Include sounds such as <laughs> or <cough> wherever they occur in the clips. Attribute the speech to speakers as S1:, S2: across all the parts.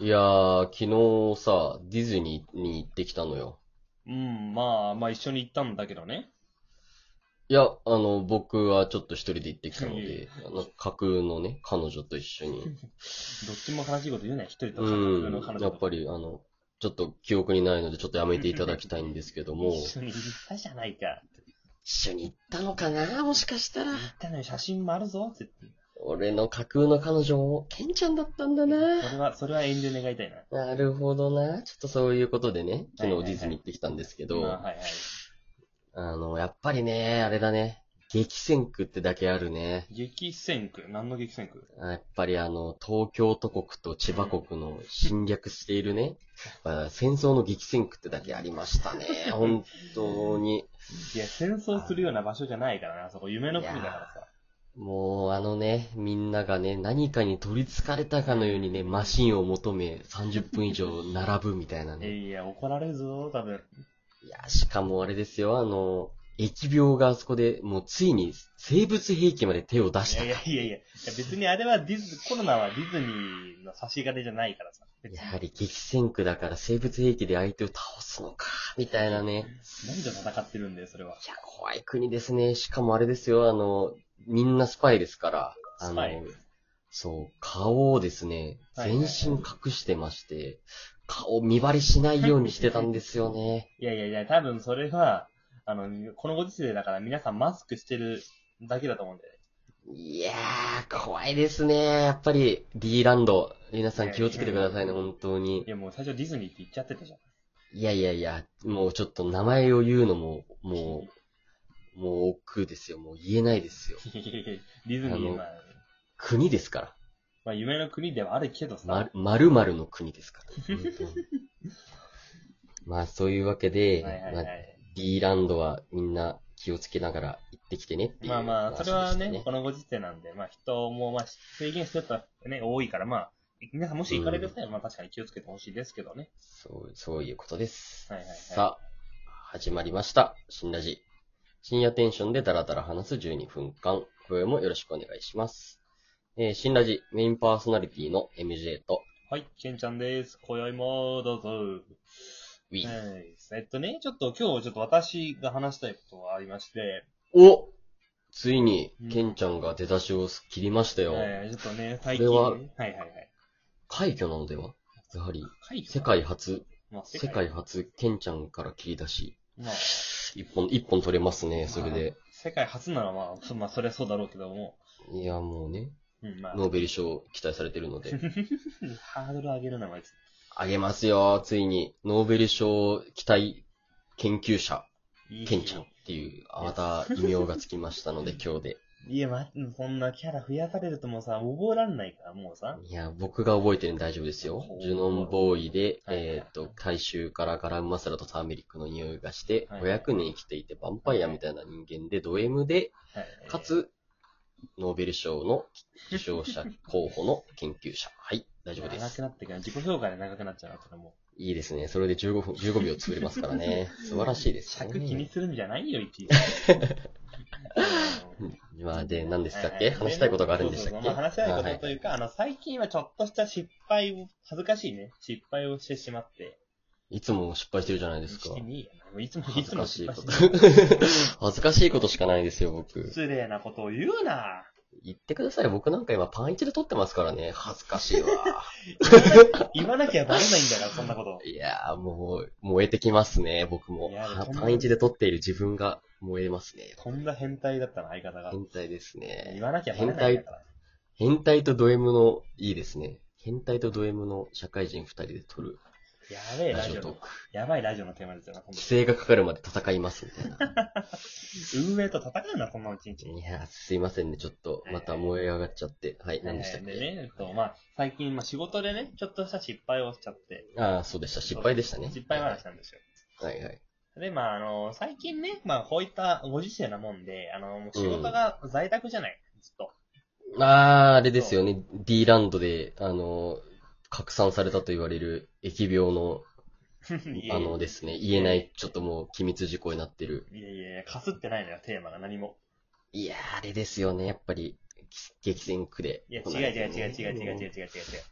S1: いやー、昨日さ、ディズニーに行ってきたのよ。
S2: うん、まあ、まあ一緒に行ったんだけどね。
S1: いや、あの、僕はちょっと一人で行ってきたの
S2: いえい
S1: で、あの、架空のね、彼女と一緒に。
S2: どっちも悲しいこと言うね、一人と
S1: う
S2: の彼
S1: ん、や
S2: 女
S1: っぱり、あの、ちょっと記憶にないので、ちょっとやめていただきたいんですけども、
S2: 一緒に行ったじゃないか。
S1: 一緒に行ったのかなもしかしたら
S2: 行。ったのに写真もあるぞ、絶対。
S1: 俺の架空の彼女も、ケンちゃんだったんだ
S2: そ
S1: な。
S2: れは、それは遠慮願いたいな。
S1: なるほどな。ちょっとそういうことでね、昨
S2: はいはいは
S1: 日
S2: い
S1: ディズニー行ってきたんですけ
S2: ま
S1: ど
S2: あ、はいはい。
S1: あの、やっぱりね、あれだね、激戦区ってだけあるね。
S2: 激戦区何の激戦区
S1: やっぱりあの、東京都国と千葉国の侵略しているね、まあ戦争の激戦区ってだけありましたね。本当に。
S2: いや、戦争するような場所じゃないからな、そこ夢の国だからさ。
S1: もうあのね、みんながね、何かに取り憑かれたかのようにね、マシンを求め30分以上並ぶみたいない
S2: や
S1: ね。
S2: いや、怒られるぞ、多分。
S1: いや、しかもあれですよ、あの、疫病があそこでもうついに生物兵器まで手を出し
S2: いや
S1: た
S2: い
S1: か
S2: やいやいや、いや別にあれはディズ、コロナはディズニーの差し金じゃないからさ。別に
S1: やはり激戦区だから生物兵器で相手を倒すのか、みたいなね。
S2: 何と戦ってるんだよ、それは。
S1: いや、怖い国ですね。しかもあれですよ、あの、みんなスパイですから、あ
S2: ス
S1: の
S2: パイ、
S1: そう、顔をですね、
S2: はいはい
S1: 全
S2: はい
S1: 身隠してまして、顔見バレしないようにしてたんですよね。
S2: いやいやいや、多分それは、あの、このご時世だから皆さんマスクしてるだけだと思うんだよね。
S1: いやー、怖いですね。やっぱり、D ランド。皆さん気をつけてくださいね、
S2: いやいやいや
S1: 本当に
S2: い。やもう最初ディズニーって言っちゃってたじゃん。 <laughs>
S1: いやいやいや、もうちょっと名前を言うのも、もう、もう億劫ですよ。もう言えないですよ。
S2: いやいやいやディズニ
S1: あの
S2: ーは、
S1: 国ですから。
S2: まあ夢の国ではあるけどさ。
S1: ま、まるまるの国ですから。
S2: <laughs>
S1: 本当にまあ、そういうわけで、
S2: はいはい
S1: ま
S2: は
S1: あ、
S2: い。
S1: D ランドはみんな気をつけながら行ってきてねっていう
S2: まあまあ、それは
S1: 話でし、
S2: ね
S1: た
S2: このご時世なんで、まあ人もまあ制限してたね、多いから、まあ、皆さんもし行かれる際は、まあ確かに気をつけてほしいですけどね。
S1: そう、そういうことです。
S2: はいはいはい
S1: さあ、始まりました。新ラジ。深夜テンションでダラダラ話す12分間。今宵もよろしくお願いします。えー、新ラジ、メインパーソナリティの MJ と
S2: はい、ケンちゃんです。今宵もどうぞ。
S1: ウィー。
S2: はいえっとね、ちょっと今日ちょっと私が話したいことがありまして、
S1: おついに
S2: う、ん
S1: ケンちゃんが出だしを切りましたよ。
S2: えー、ちょっとね、最
S1: これ
S2: 近、
S1: は
S2: はいはいはい。
S1: 快挙なのではやはり、
S2: 会議
S1: 世、界初、
S2: まあ、世
S1: 世
S2: 界。
S1: 界初、ケンちゃんから切り出し、
S2: まあ、
S1: 一本、一本取れますね、それで。
S2: 世界初ならまあ、そまあ、それはそうだろうけども、
S1: いや、もうね、
S2: うん、まあ、
S1: ノーベル賞期待されてるの
S2: <laughs>
S1: で。
S2: ハードル上げるな、まあいつ。
S1: あげますよ、ついに。ノーベル賞期待研究者、
S2: いい
S1: ケンちゃんっていう、あまた異名がつきましたので、今日で。
S2: いや、ま、そんなキャラ増やされるともうさ、覚えらんないから、もうさ。
S1: いや、僕が覚えてるんで大丈夫ですよ。ジュノンボーイで、
S2: はいはいはい
S1: えーっと、大衆からガラムマサラとターメリックの匂いがして、
S2: はいはい
S1: 500年生きていて、ヴァンパイアみたいな人間で、ド M で、
S2: はい
S1: か、つ、ノーベル賞の受賞者候補の研究者。はい、大丈夫で
S2: 長く
S1: す。
S2: なってから、自己評価で長くなっちゃうな、それも。
S1: いいですね。それで15分、15秒潰れますからね。素晴らしいう
S2: <laughs>
S1: ですね。
S2: 尺気にするんじゃないよ、いちいち。
S1: <laughs> まあ、で、何でしたっけ
S2: はいはい
S1: 話したいことがあるんでしたっけ
S2: そうそうそうまあ話したいこ
S1: は
S2: とというか、あの、最近はちょっとした失敗を、恥ずかしいね、失敗をしてしまって。
S1: いつも失敗してるじゃないですか
S2: して。ねえよなもういつも、い
S1: 恥
S2: つ
S1: ず
S2: も
S1: かし
S2: 失
S1: いこ
S2: 敗
S1: と。
S2: してる。
S1: 恥ずかしいことし <laughs> かないですよ、 <laughs> 僕。
S2: 失礼なことを言うな。
S1: 言ってください。僕なんか今パン1で撮ってますからね。恥ずかしい
S2: <laughs>
S1: わ。
S2: 言わなきゃバレないんだから、そんなこと。
S1: いやー、もう、燃えてきますね、僕も
S2: いや。
S1: は
S2: そんな
S1: パン1で撮っている自分が燃えますね。
S2: とんだ変態だったな、相方が。
S1: 変態ですね
S2: 言。わなきゃバレないんだから。
S1: 変態とド M の、いいですね。変態とド M の社会人2人で撮る
S2: やべえ
S1: ラ
S2: ラ
S1: ジ
S2: ジ
S1: オ
S2: オ
S1: トー
S2: の
S1: ク。、
S2: やばいラジオのテーマですよな、ほん
S1: 規
S2: と
S1: 制がかかるまで戦いますみたいな。
S2: 運営と戦うな、こんなうちんち。
S1: いやー、すいませんね。ちょっと、また燃え上がっちゃって。はい、何でしたっ
S2: えー
S1: け
S2: でね、えっと、まあ、最近、まあ、仕事でね、ちょっとした失敗をしちゃって。
S1: ああ、そうでした。失敗でしたね。
S2: 失敗話なんですよ。
S1: はいはい。
S2: で、まあ、あの、最近ね、まあ、こういったご時世なもんで、あの、仕事が在宅じゃない、ずっと。
S1: ああ、あれですよね。D ランドで、あの、拡散されたと言われる疫病の、
S2: いや
S1: あ
S2: い <laughs>
S1: のですね、言えない、ちょっともう機密事項になってる。
S2: やいやいや、かすってないのよ、テーマが何も。
S1: いやー、あれですよね。やっぱり、激戦区で。
S2: いや、違う違う違う違う違う違う違う違う違う。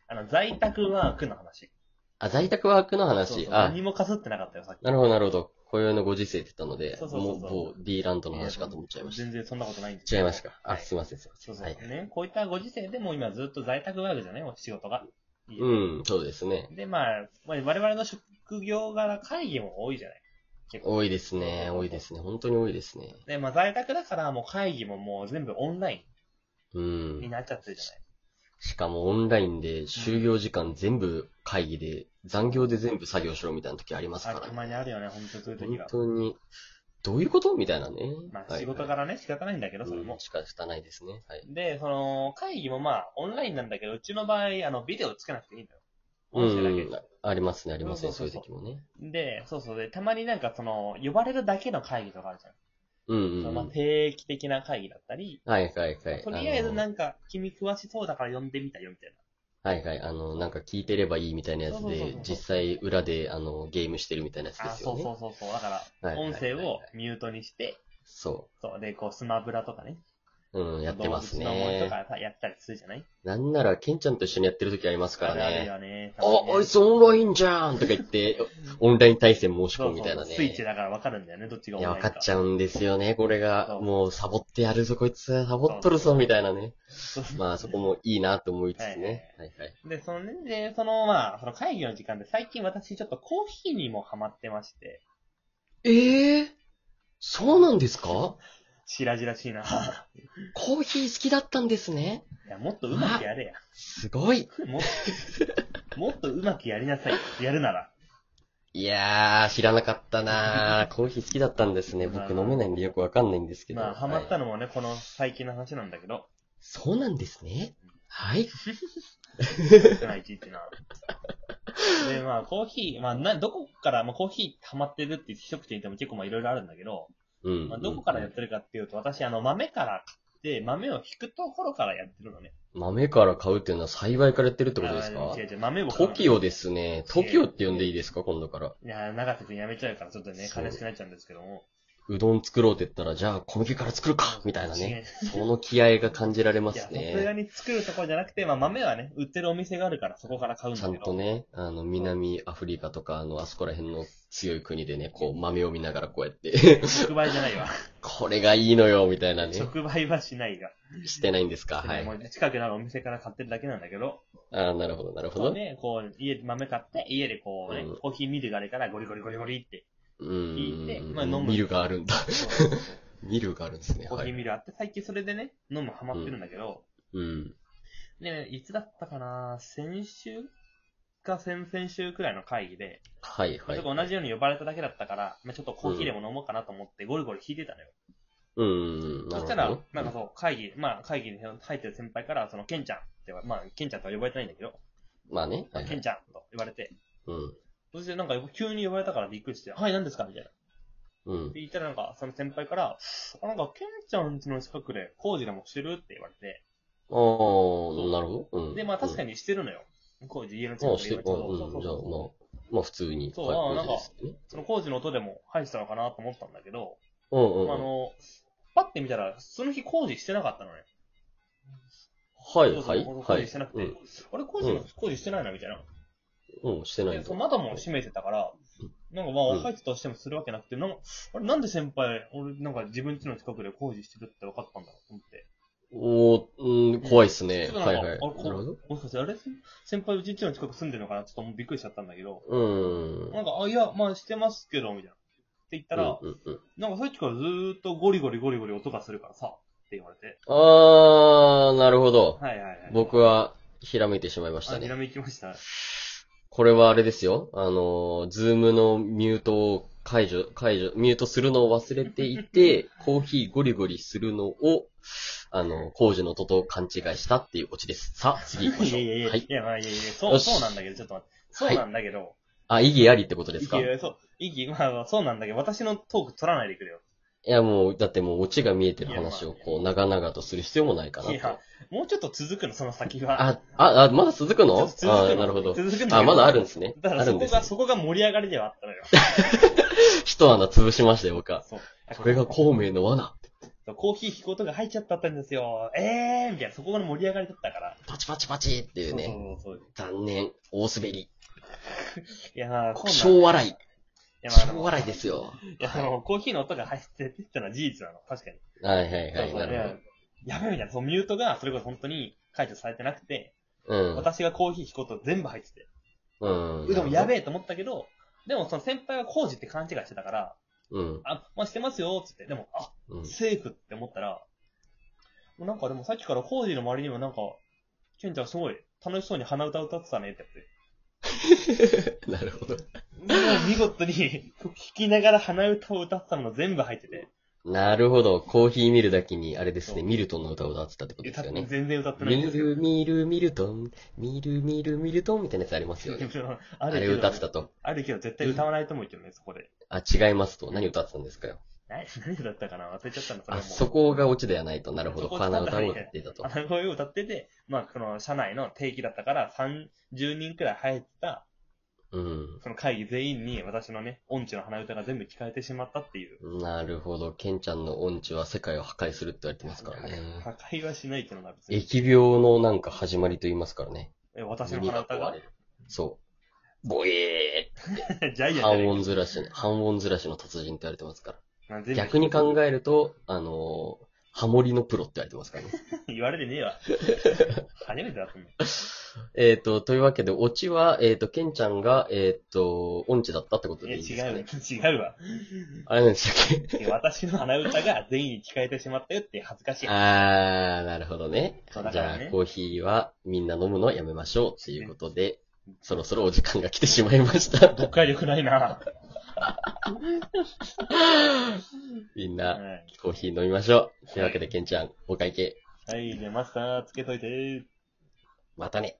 S2: あの、在宅ワークの話。
S1: あ、在宅ワークの
S2: そう
S1: 話。
S2: そう
S1: あ
S2: 何、もかすってなかったよ、さっき。
S1: なるほど、なるほど。雇用のご時世って言ったので、
S2: そうそうそうそう
S1: もう某 D ランドの話かと思っちゃいました。
S2: 全然そんなことないんです
S1: 違いますか。あ、
S2: はい
S1: すいません、すいませ
S2: そ
S1: ん。
S2: うそう。
S1: はい。
S2: ね、こういったご時世でもう今ずっと在宅ワークじゃないお仕事が。
S1: うん、そうですね。
S2: で、まあ、まあ我々の職業柄会議も多いじゃない。結構。
S1: 多いですね、多いですね。本当に多いですね。
S2: で、まあ在宅だからもう会議ももう全部オンライ
S1: う
S2: ンに
S1: ん。
S2: なっちゃってるじゃない。
S1: しかもオンラインで就業時間全部会議で、残業で全部作業しろみたいな時ありますか
S2: あ
S1: ら
S2: た
S1: ね。
S2: まにあるよね、本当にそういう時
S1: 本
S2: が。
S1: 当に、どういうことみたいなね。
S2: まあ
S1: はい
S2: 仕事
S1: は
S2: 柄ね、仕方ないんだけど、
S1: い
S2: それ
S1: う
S2: も
S1: ん。しかしたないですね。はい。
S2: で、その、会議もまあ、オンラインなんだけど、うちの場合、あの、ビデオつけなくていいんだよ。音声だけで。
S1: うんありますね、ありますね、そ
S2: そうう
S1: いう
S2: そう
S1: 時もね。
S2: で、そうそうで、たまになんかその、呼ばれるだけの会議とかあるじゃん。
S1: うんうん
S2: その
S1: うん。
S2: まあ定期的な会議だったり、
S1: はいはいはい。
S2: とりあえず
S1: の
S2: なんか、君詳しそうだから呼んでみたよみたい
S1: はいはい、あの、なんか聞いてればいいみたいなやつ
S2: そうそうそう
S1: で
S2: そう、
S1: 実際裏であのゲームしてるみたいなやつ
S2: な。
S1: で
S2: あ、
S1: す
S2: そ
S1: よ
S2: う
S1: ね。
S2: そうそうそう。だか
S1: は
S2: ら、
S1: いはいはい
S2: 音声をミュートにして、
S1: そ
S2: そう、で、こう、スマブラとかね。
S1: う。うん、やってます
S2: 動物の森と
S1: ね。
S2: かさやったりするじゃない
S1: なんなら、ケンちゃんと一緒にやってる時ありますから
S2: ある
S1: ね。
S2: よね。
S1: あ、あいつオンラインじゃんとか言って、オンライン対戦申し込むみたいなね。
S2: スイッチだから分かるんだよね、どっちが
S1: いや、分かっち
S2: ゃう。
S1: ゃうんですよね、これが
S2: そ。う
S1: もう、サボってやるぞ、こいつ。サボっとるぞ、みたいなね。
S2: そう
S1: まあ、そこもいいなと思いつつね。はいはい。
S2: で、そのね、で、その、まあ、その会議の時間で最近私ちょっとコーヒーにもハマってまして、
S1: ええそうなんですか
S2: しらじらしいな。 <laughs> い
S1: コーヒー好きだったんですね。
S2: や、もっとうまくやれや。
S1: すごい。
S2: もっと、もっとう <laughs> まくやりなさいよ。やるなら。
S1: いやー、知らなかったな
S2: <laughs>
S1: ー。コーヒー好きだったんですね。僕飲めないんでよくわかんないんですけど。
S2: まあ、ハマった
S1: はい
S2: のもね、この最近の話なんだ
S1: <laughs>
S2: けど、
S1: そうなんですね。はい。
S2: 少ないちいちな。で、まあ、コーヒー、まあ、な、どこから、まあ、コーヒーハマってるって一食店でも結構、まあ、いろいろあるんだけど、
S1: うん。
S2: まあ、どこからやってるかっていうと、私、あの、豆から買って、豆を引くところからやってるのね。
S1: 豆から買うっていうのは栽培からやってるってことです
S2: あ
S1: か
S2: ー違う違う、豆を買うの。
S1: トキオですね。トキオって呼んでいいですか今度から。
S2: いやー、長瀬くんやめちゃうから、ちょっとね、
S1: そう
S2: 悲しくなっちゃうんですけども。
S1: うどん作ろうって言ったら、じゃあ小麦から作るかみたいなね。
S2: 違
S1: その気合が感じられま
S2: う。いや、
S1: す
S2: さすが
S1: ね。
S2: に作るところじゃなくて、まあ、豆はね、売ってるお店があるから、そこから買うん
S1: ち
S2: だ
S1: ゃ
S2: け
S1: ん
S2: ど。
S1: とね、あの、南アフリカとか、あの、あそこら辺の強い国でね、こう、豆を見ながらこうやって、 <laughs>
S2: 直売じゃないわ。
S1: これがいいのよ、みたいなね。
S2: 直売はしないが。
S1: してないんですかはい。
S2: もう近くのあるお店から買ってるだけなんだけど、
S1: ああ、なるほど、なるほ
S2: こう
S1: ど。
S2: ね、こう、家で豆買って、家でこうね、
S1: うん
S2: コーヒーミルがあれからゴリゴリゴリゴリって。
S1: う
S2: 聞いて
S1: ん
S2: まあ飲。む
S1: ミルがあるんだ。 <laughs>
S2: そうそうそう
S1: ミルがあるんですね。
S2: コ
S1: は
S2: ーヒー
S1: い。
S2: ミルあって、最近それでね、飲むのハマってるんだけど、
S1: うん。
S2: ね、いつだったかな先週か先々週くらいの会議で、
S1: はい、は
S2: ちょ
S1: い
S2: っ。と同じように呼ばれただけだったから、まあ、ちょっとコーヒーでも飲もうかなと思ってゴリゴリ引いてたのよ。
S1: うんうん。なるほ
S2: そ
S1: ど
S2: したら、なんかそう、会議、まあ会議に入ってる先輩から、その、ケンちゃんって、まあ、ケンちゃんとは呼ばれてないんだけど、
S1: まあね。はいは
S2: ケン
S1: い。
S2: ちゃんと言われて、
S1: うん。
S2: そしてなんか急に呼ばれたからびっくりして、はい、何ですかみたいな。
S1: うん
S2: で。言ったらなんか、その先輩から、あ、なんか、ケンちゃんちの近くで工事でもしてるって言われて、
S1: ああ、なるほど。うん。
S2: で、まあ確か
S1: に。
S2: にしてるのよ。工事家の近
S1: ああ、
S2: く
S1: し
S2: で
S1: て
S2: 言
S1: る。
S2: われて。
S1: ああ
S2: そうそ
S1: うん。
S2: うそう
S1: じゃあ、ま
S2: そ
S1: あ、まあ普通に。
S2: そう
S1: はい
S2: あ
S1: 工事
S2: あ
S1: ですよね
S2: う。その工事の音でも入ってたのかなと思ったんだけど、
S1: うん
S2: あ
S1: うんうん。
S2: の、パッて見たら、その日工事してなかったのね。
S1: はい
S2: そう
S1: はい
S2: そう
S1: は
S2: 工
S1: い
S2: 事してなく。
S1: う
S2: て
S1: ん。
S2: あれ、工事の、工事してないな、みたいな。
S1: うん、してないん
S2: で、
S1: だ
S2: そう窓も閉めてたから、なんかまあ、
S1: うん
S2: 若い人としてもするわけなくて、なんか、あれ、なんで先輩、俺、なんか自分家の近くで工事してるって分かったんだろうと思って。
S1: おー、うん、怖いっすね
S2: ちょ。っとな
S1: は
S2: ん
S1: い
S2: か、
S1: は
S2: あ
S1: い。
S2: れ、こ
S1: なるほど。
S2: うもしかして、あれ、先輩、うちんちの近く住んでるのかなちょっともうびっくりしちゃったんだけど、
S1: うん。
S2: なんか、あ、いや、まあ、してますけど、みたいな。って言ったら、
S1: うんうんうん
S2: なんかさっきからずーっとゴリゴリゴリゴリ音がするからさ、って言われて。
S1: あー、なるほど。
S2: はいはいはい。
S1: 僕は、ひらめいてしまいました
S2: あ、ひ
S1: ね
S2: ら。めきました。
S1: これはあれですよ。あの、ズームのミュートを解除、解除、ミュートするのを忘れてい
S2: <laughs>
S1: て、コーヒーゴリゴリするのを、あの、工事の音と勘違いしたっていうオチです。さあ、次行きま
S2: い
S1: しょ
S2: や
S1: う。
S2: いやいや、
S1: はいい。
S2: や、まあ、いやいや、そ
S1: よ
S2: う、
S1: し
S2: そうなんだけど、ちょっと待って。そうなんだけど、
S1: あ、意義ありってことで
S2: い
S1: すか
S2: やい
S1: い
S2: や、そう、いき、まあまあ、そうなんだけど、私のトーク取らないでくれよ。
S1: や、もう、だってもうオチが見えてる話を、こう、長々とする必要もないかないと。
S2: や、もうちょっと続くの、その先は。
S1: あ、あ、あ、まだ続く
S2: ちょ
S1: の
S2: っと続くの
S1: あーなるほど。
S2: 続くんだけど
S1: あ、まだあるんですね。
S2: だか
S1: あ
S2: ら
S1: る
S2: そ
S1: ん
S2: こ
S1: です
S2: が、
S1: ね。
S2: そこが盛り上がりで
S1: <laughs>
S2: はあったのよ。
S1: 一穴潰しましたよ、僕は。
S2: そう。
S1: これが孔明の罠。
S2: そうコーヒー引く音が入っちゃったったんですよ。えーみたいな、そこが盛り上がりだったから。
S1: パチパチパチっていうね。
S2: そうそうそう
S1: 残念。大滑り。
S2: いやー、
S1: 国小
S2: は、
S1: 笑い。
S2: いやまああの
S1: 小笑いですよ。
S2: いや、あの、コーヒーの音が入ってってたのは事実なの。確かに。
S1: はいはいは
S2: そう
S1: い。
S2: そう
S1: ない
S2: や
S1: る
S2: やべえみたいな。そのミュートが、それこそ本当に解除されてなくて、
S1: ほど。
S2: 私がコーヒー引くこと全部入ってて。
S1: うん。うん。
S2: でもや
S1: べ
S2: べえと思ったけど、でもその先輩は工事って勘違いしてたから、
S1: うん。
S2: あ、まあ、してますよ、つって。でも、あ、 <laughs>
S1: うん。
S2: セーフって思ったら、もうなんかでもさっきから工事の周りにもなんか、ケンちゃんすごい楽しそうに鼻歌歌ってたねってやって。
S1: なるほど。
S2: で
S1: <laughs>
S2: も見事に <laughs> 聴きながら鼻歌を歌ってたの全部入ってて。
S1: なるほど。コーヒー見るだけに、あれですね、
S2: そう
S1: ミルトンの歌を歌ってたってことで
S2: 歌っ
S1: すよ
S2: て
S1: ね。
S2: 全然歌ってないん
S1: ミ
S2: ですよ。
S1: ル、ミル、ミルトン、ミル、ミル、ミルトンみたいなやつありますよね。
S2: <laughs> あ
S1: あ
S2: るけ
S1: れ
S2: ど
S1: 歌ってたと。
S2: あるけど絶対歌わないと思うけどね、そこで。
S1: あ、違いますと。何歌ってたんですかよ。
S2: 何、何だったかな忘れちゃったの、それ
S1: あ、
S2: も。
S1: そこがオチではないと。なるほど。
S2: そこ
S1: 花歌を歌ってたと。
S2: 鼻声を歌ってて、まあ、この社内の定期だったから、30人くらい入ってた、
S1: うん。
S2: その会議全員に私のね、音痴の鼻歌が全部聞かれてしまったっていう。
S1: なるほど。ケンちゃんの音痴は世界を破壊するって言われてますからね。
S2: 破壊はしないけどな、別に。
S1: 疫病のなんか始まりと言いますからね。
S2: え、私の
S1: 耳
S2: 鼻
S1: が
S2: 歌
S1: 壊
S2: が
S1: れ。る。そう。ボエ
S2: <laughs> ジャ
S1: ー半
S2: イアンじゃない
S1: 音ずらし、半音ずらしの達人って言われてますから。
S2: まあ全部
S1: 逆に考えると、あのーハモリのプロって言われてます
S2: <laughs>
S1: からね。
S2: <laughs> 言われてねえ
S1: <laughs>
S2: わ。初めてだったね。
S1: えっと、というわけで、オチは、えっ、と、ケンちゃんが、えっ、と、音痴だったってこと
S2: い
S1: で
S2: や、
S1: いいですか
S2: 違う
S1: ね。
S2: わ。違うわ。
S1: あれなんでしたっ
S2: え私の鼻歌が全員に聞かれてしまったよっていう恥ずかしい
S1: け。あー、なるほどね。
S2: そうだ
S1: じ
S2: から
S1: ゃ
S2: ね
S1: あ、コーヒーはみんな飲むのやめましょうっていうことで、そろそろお時間が来てしまいま
S2: <laughs>
S1: した。
S2: 読解力ないな。
S1: みん
S2: は
S1: な、
S2: い。
S1: コーヒー飲みましょう。というわけで、ケンちゃん、お会計、
S2: はい、出ました。つけといて。
S1: またね。